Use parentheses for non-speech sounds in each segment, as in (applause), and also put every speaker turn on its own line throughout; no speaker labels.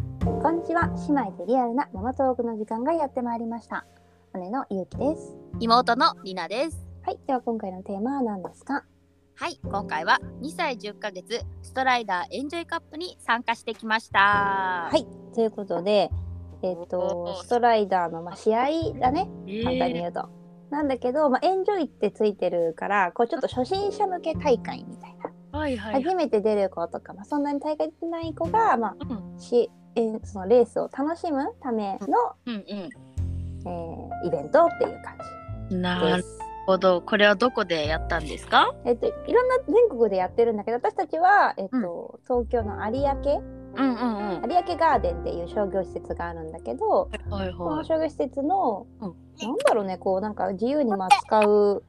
にちは姉妹でリアルな生トークの時間がやってまいりました姉のゆうきです
妹のりなです
はいでは今回のテーマは何ですか
はい今回は2歳10ヶ月ストライダーエンジョイカップに参加してきましたは
はいということでえっ、とストライダーのまあ試合だね
い
簡単に言うと、なんだけど、まあ、エンジョイってついてるからこうちょっと初心者向け大会みたいな、
はいはい、
初めて出る子とか、まあ、そんなに大会出てない子が、ま
うん
あ、しえーそのレースを楽しむための、
うん
えーイベントっていう感
うん
じ
な
で
る
す。
ほどこれはどこでやったんですか
えっと、いろんな全国でやってるんだけど私たちは、えっと東京の有明
うんうんうんは
有明ガーデンっていう商業施設があるんだけど、
いはい
この
はい
商業施設の、
うん
なんだろうねこうなんか自由にまあ使う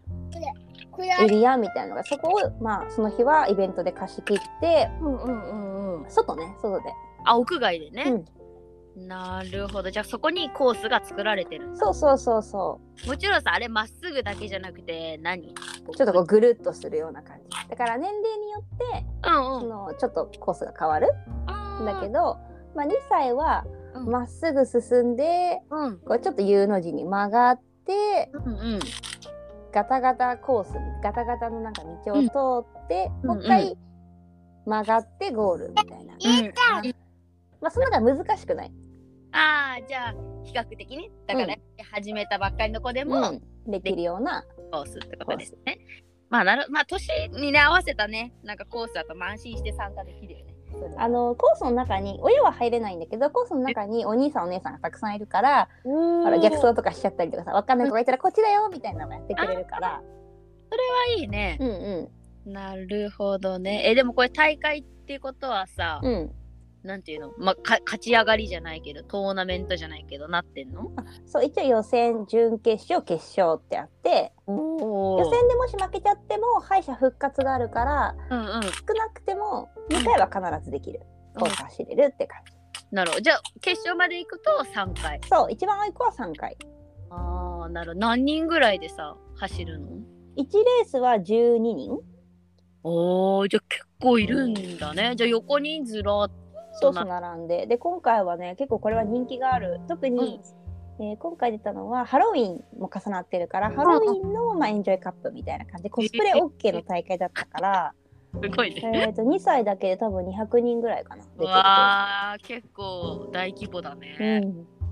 エリアみたいなのがそこを、まあ、その日はイベントで貸し切って
うんうんうんうん
外ね外で、
あ屋外でね
う、
なるほどじゃあそこにコースが作られてるんだ
そうそうそうそ
もちろんさあれまっすぐだけじゃなくて何
うちょっとこうぐるっとするような感じだから年齢によって
うん
そ
うん
のちょっとコースが変わるんだけ
ど
ど、まあ、2歳は
うん
まっすぐ進んで
うん
こうちょっと U の字に曲がって
うんうん
ガタガタコースガタガタのなんか道を通って、
うん
もう一回曲がってゴールみたいな、
うん
まあそんなのが難しくない、
ああじゃあ比較的ねだから、始めたばっかりの子でも
うん、できるような
コースってことですね。まあなるまあ年にね合わせたねなんかコースだと安心して参加できるよね。
あのコースの中に親は入れないんだけどコースの中にお兄さんお姉さんがたくさんいるからほら逆走とかしちゃったりとかさわかんない子がいたらこっちだよみたいなのがやってくれるから
いいね
う。んう
なるほどね。えでもこれ大会っていうことはさ、
んうん
なんていうのまあか勝ち上がりじゃないけどトーナメントじゃないけどなってんの？
そう一応予選準決勝決勝ってあって
お
予選でもし負けちゃっても敗者復活があるから
うんうん。
少なくても2回は必ずできるコース走れるって感じ
なるほど。じゃあ決勝まで行くと3回。
そう一番多い子は3回
ああなるほど。何人ぐらいでさ走るの？
1レースは12人
おおじゃあ結構いるんだね。じゃあ横にずらっ
ソース並んでで今回はね結構これは人気がある特に、えー今回出たのはハロウィンも重なってるからハロウィンの、まあ、エンジョイカップみたいな感じでコスプレ OK の大会だったから、
すごいね。
えー、と2歳だけで多分200人ぐらいかな出てる
わあ結構大規模だね。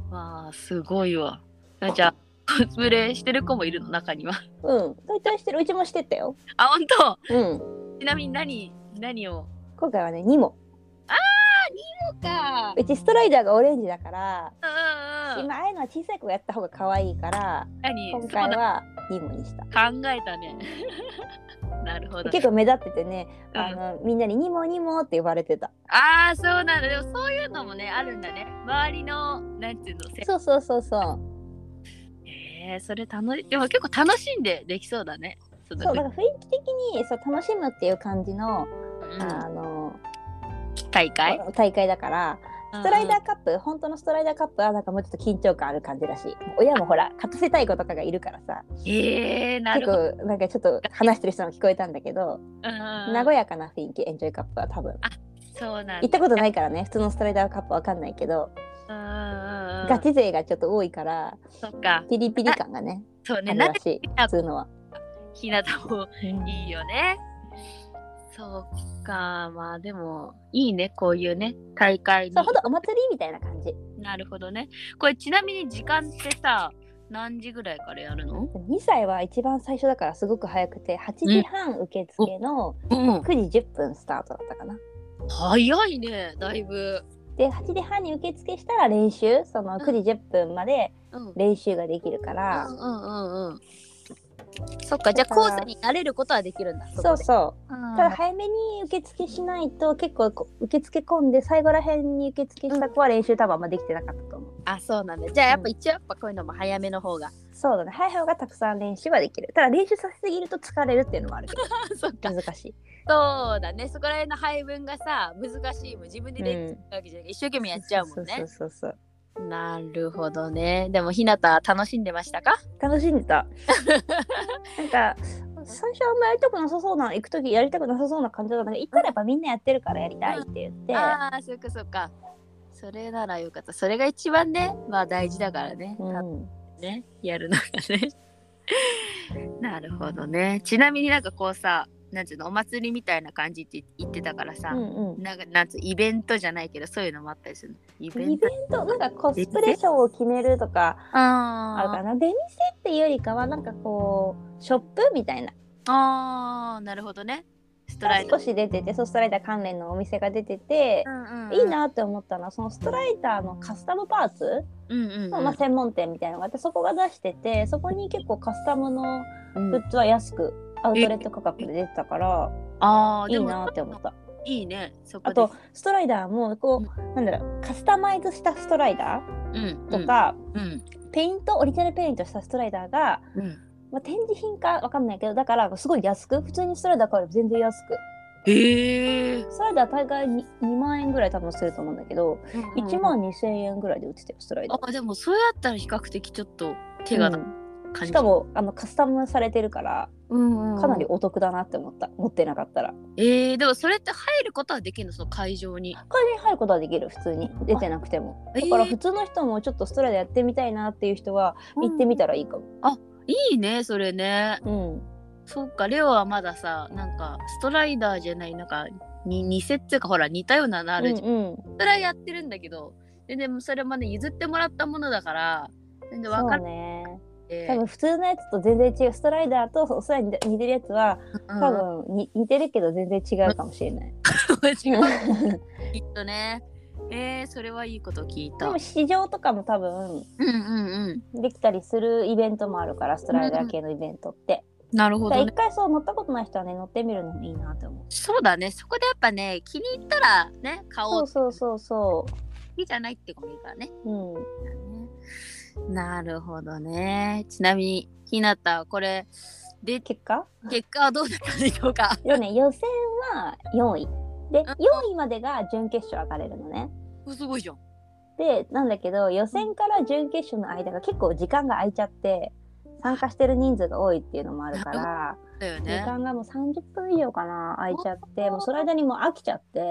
わあすごいわ。あじゃあコスプレしてる子もいるの中には。 (laughs)
うん、うん、大体してるうちもしてったよ、
あ本当。
うん、
ちなみに何何を。
今回はね2も
そうか。
うちストライダーがオレンジだから
うんうんうん。
今ああいうのは小さい子がやった方が可愛いから
何
今
そう
回
だ
は2もにした
考えたね。 (laughs) なるほど。
結構目立っててね
うん
あのみんなに「ニモニモ」って呼ばれてた
ああそうなんだ。でもそういうのもねあるんだね。周りのなんていうのせ。
そうそうそうそう
えー、それ楽しでも結構楽しんでできそうだね。その
そうだから雰囲気的にそう楽しむっていう感じの,、あの
うん、大会。
大会だからストライダーカップ、本当のストライダーカップはなんかもうちょっと緊張感ある感じらしい親もほら勝たせたい子とかがいるからさ
えー、な
結
るほど。
構なんかちょっと話してる人も聞こえたんだけど
名
和やかな雰囲気エンジョイカップは多分
そうなんだ。
行ったことないからね普通のストライダーカップわかんないけど、
うんうんうん
ガチ勢がちょっと多いから
そっか。
ピリピリ感がね
そう
あ
ね。
る
な
ら
んで
しい普通のは。
日向も
うん
いいよね。そうか。まあでも、いいね。こういうね。大会に
そうほんとお祭りみたいな感じ
なるほどね。これちなみに時間ってさ、何時ぐらいからやるの
2歳は一番最初だからすごく早くて8時半受付の
うん。
9時10分スタートだったかな。
早いね。だいぶ。
で8時半に受付したら練習その9時10分まで
うん。うん
練習ができるから、
うんうんうん。そっか。じゃあコースに慣れることはできるんだ。
そう
こ
そう
でうん
ただ早めに受付しないと結構こう受付込んで最後らへんに受付した子は練習多分あんまできてなかったと思う、
あ、そうなんだ。じゃあやっぱ一応やっぱこういうのも早めの方
(laughs)
が。
そうだね早い方がたくさん練習はできるただ練習させすぎると疲れるっていうのもある
(laughs)
けど
そっか。
難しい、
そうだねそこら辺の配分がさ難しいもん自分でできるわけじゃなく一生懸命やっちゃうもん
そ
ね
うそうそうそう
なるほどねでもひなた楽しんでましたか
楽しんでたなんか最初はあんまやりたくなさそうな行く時やりたくなさそうな感じだったんだけど行ったらやっぱみんなやってるからやりたいって言って
ああそっかそっかそれならよかった。それが一番ね、まあ大事だからね。
うん
ね、やるのがね。 (laughs) なるほどね。ちなみになんかこうさ、なんつうの、お祭りみたいな感じって言ってたからさ、
うんうん
なんかなんつうイベントじゃないけど、そういうのもあったりするの。イベ
イ
ン
ベ
ト
ントなんかコスプレショーを決めるとかある
あ
かな出店っていうよりかはなんかこうショップみたいな
ーあー、なるほどね。ストライド
少。し出ててそうストライダー関連のお店が出てて、
うんうん
いい。なって思ったのはそのストライダーのカスタムパーツ
うんうん、うん。
の、まあ、専門店みたいなのがあってそこが出しててそこに結構カスタムの
うん
グッズは安くアウトレット価格で出てたから
ああ、
い
で
い
も
なって思った
いいね。そこ
あと、ストライダーもこうなんだろうカスタマイズしたストライダ
う
ー
ん、
とか、
うん、
ペイントオリジナルペイントしたストライダーが、
うん。
まあ、展示品かわかんないけどだからすごい安く普通にストライダー買うより全然安く
へえ。
ストライダー大概に 2, 万円ぐらい多分すると思うんだけど、1万2000円ぐらいで売ってたよストライダー。
あ、でもそうやったら比較的ちょっと手が
うん
感じ、
しかもあのカスタムされてるから
うんうん
かなりお得だなって思った、持ってなかったら
えー、でもそれって入ることはできるのその会場に。
これに入ることはできる普通に出てなくてもだから普通の人もちょっとストライダーやってみたいなっていう人は
うん
行ってみたらいいかも
いいねそれね。
うん、
そっかレオはまださなんかストライダーじゃないなんかに似せっていうかほら似たようなのあ
う
るじゃん。
んうん
それはやってるんだけどででもそれもね譲ってもらったものだから全然分
そ
か
う
っ
ね
て。
多分普通のやつと全然違うストライダーとおそらに似てるやつは
うん
多分に、似てるけど全然違うかもしれない (laughs)
違う (laughs) きっとね。えー、それはいいこと聞い
で
た。う
も
ん
市場とかも多分
うんうん。
できたりするイベントもあるからストライダー系のイベントって、
なるほ
だから
ど
一
ね。
回そう乗ったことない人はね乗ってみるのもいいなって思う
そうだね。そこでやっぱね、気に入ったらね、買お
そうう。そうそうそ
好きじゃないって子もいるからね。
ううん
なるほどね。ちなみに、ひなた、これ、で、
結果
結果はどうだったでしょうか。 (laughs)
でもね予選は4位で4位までが準決勝上がれるのね
すごいじゃん。
でなんだけど予選から準決勝の間が結構時間が空いちゃって参加してる人数が多いっていうのもあるから、
だよ
時
ね。
間がもう30分以上かな空いちゃってもうその間にもう飽きちゃって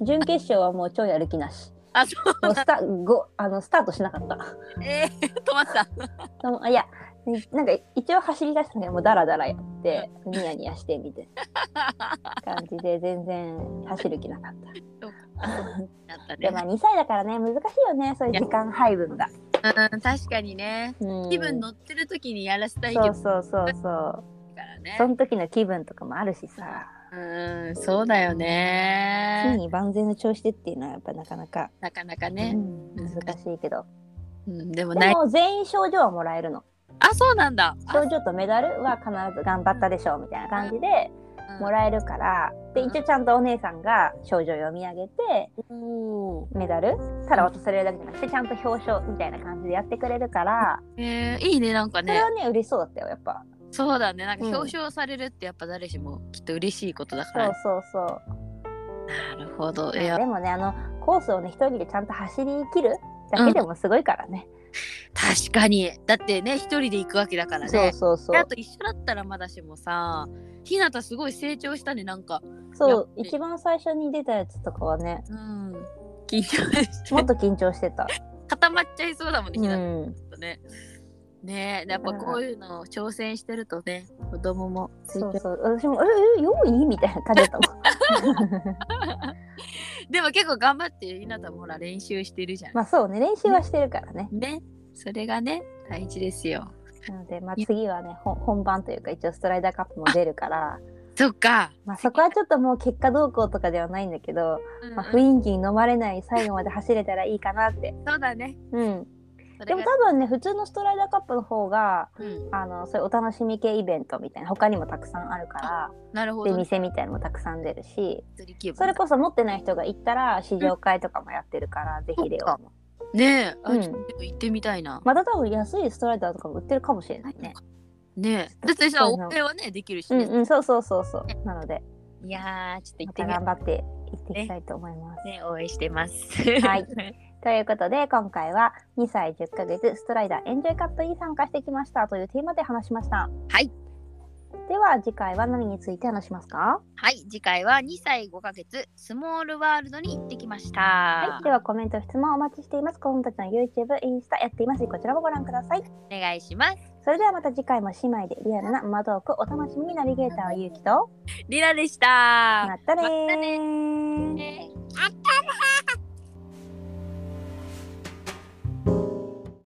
準決勝はもう超やる気なし
あ、そう。
もうスタごあのスタートしなかった
えー、止まってた。
でもいやなんか一応走り出したんだけどもうダラダラやってニヤニヤしてみ
(laughs)
て感じで全然走る気なかった。
だった
でまあ
ね。
2歳だからね難しいよねそういう時間配分が。
うん、確かにね。
うん
気分乗ってる時にやらせたいけ
そう
ど
そうそうそう。
からね
そ。の時の気分とかもあるしさ、
うん、そうだよ
常
ね。
に万全の調子でっていうのはやっぱなかなか、
なかなか
う
ね。
ん難しいけど。
うん、でもな
で
い。
も全員賞状はもらえるの。
あ、そうなんだ。
賞状とメダルは必ず頑張ったでしょうみたいな感じでもらえるから。で一応ちゃんとお姉さんが賞状読み上げて
えお
メダルただ渡されるだけじゃなくてちゃんと表彰みたいな感じでやってくれるから
えー、いいね、なんか
それ
ね
は。ね嬉しそうだったよやっぱ。
そうだね。なんか
うん
表彰されるってやっぱ誰しもきっと嬉しいことだか
そ
ら
う。そうそう。
なるほど。い
で
や、
もねあのコースをね一人でちゃんと走り切るだけでもすごいからね、
確かに。だってね、一人で行くわけだから
そう
ね。
そうそ
あ
う
と一緒だったらまだしもさ、ひなたすごい成長したね、なんか。
そう
やっぱり
一番最初に出たやつとかは
(laughs)
ね
うん。緊張して
もっと緊張して
(laughs)
た
固まっちゃいそうだもんね、
う
ひなた
ん
とね。ねえ、やっぱこういうのを挑戦してるとね、子供も成
そう
長。
そう私も「ええ4位?」みたいな感じだったもん (laughs)
でも結構頑張ってひなたもほら練習してるじゃん。
まあそうね練習はしてるからね
ね。それがね、大事ですよ。
なので、まあ、次はねほん本番というか一応ストライダーカップも出る
(laughs)
から、
そっか。
まあ、そこはちょっともう結果どうこうとかではないんだけど、
うんうん
まあ、雰囲気に飲まれない最後まで走れたらいいかなって
そうだね。
うん
そ
で
れ
も
が
多分ね普通のストライダーカップの方が
うん、
あのそういうお楽しみ系イベントみたいな他にもたくさんあるか
なる
ら
ほ
で
どね。
店みたいのもたくさん出るし
釣り気分
それこそ持ってない人が行ったら試乗会とかもやってるから、ぜひレオも
ねえ、あ
うん
ちょっと行ってみたいな。
また多分安いストライダーとかも売ってるかもしれないね
ねえ、だってさ、
そうい
お
うの
礼はね、できるし
うん
ね。
うんそうそうそうそうなので
いやー、ちょっと行
また頑
ってみよ
張って行っていきたいと思います、
う。ね、応援してます。
はい。ということで今回は2歳10ヶ月ストライダーエンジョイカップに参加してきましたというテーマで話しました
はい
では次回は何について話しますか
(laughs) はい、次回は2歳5ヶ月スモールワールドに行ってきました。
はい、ではコメント、質問お待ちしています。子供たちの YouTube、インスタやっています。こちらもご覧ください。
お願いします。
それではまた次回も姉妹でリアルなママトークお楽しみにナビゲーターはゆうきと
リラでした。
またねー
またね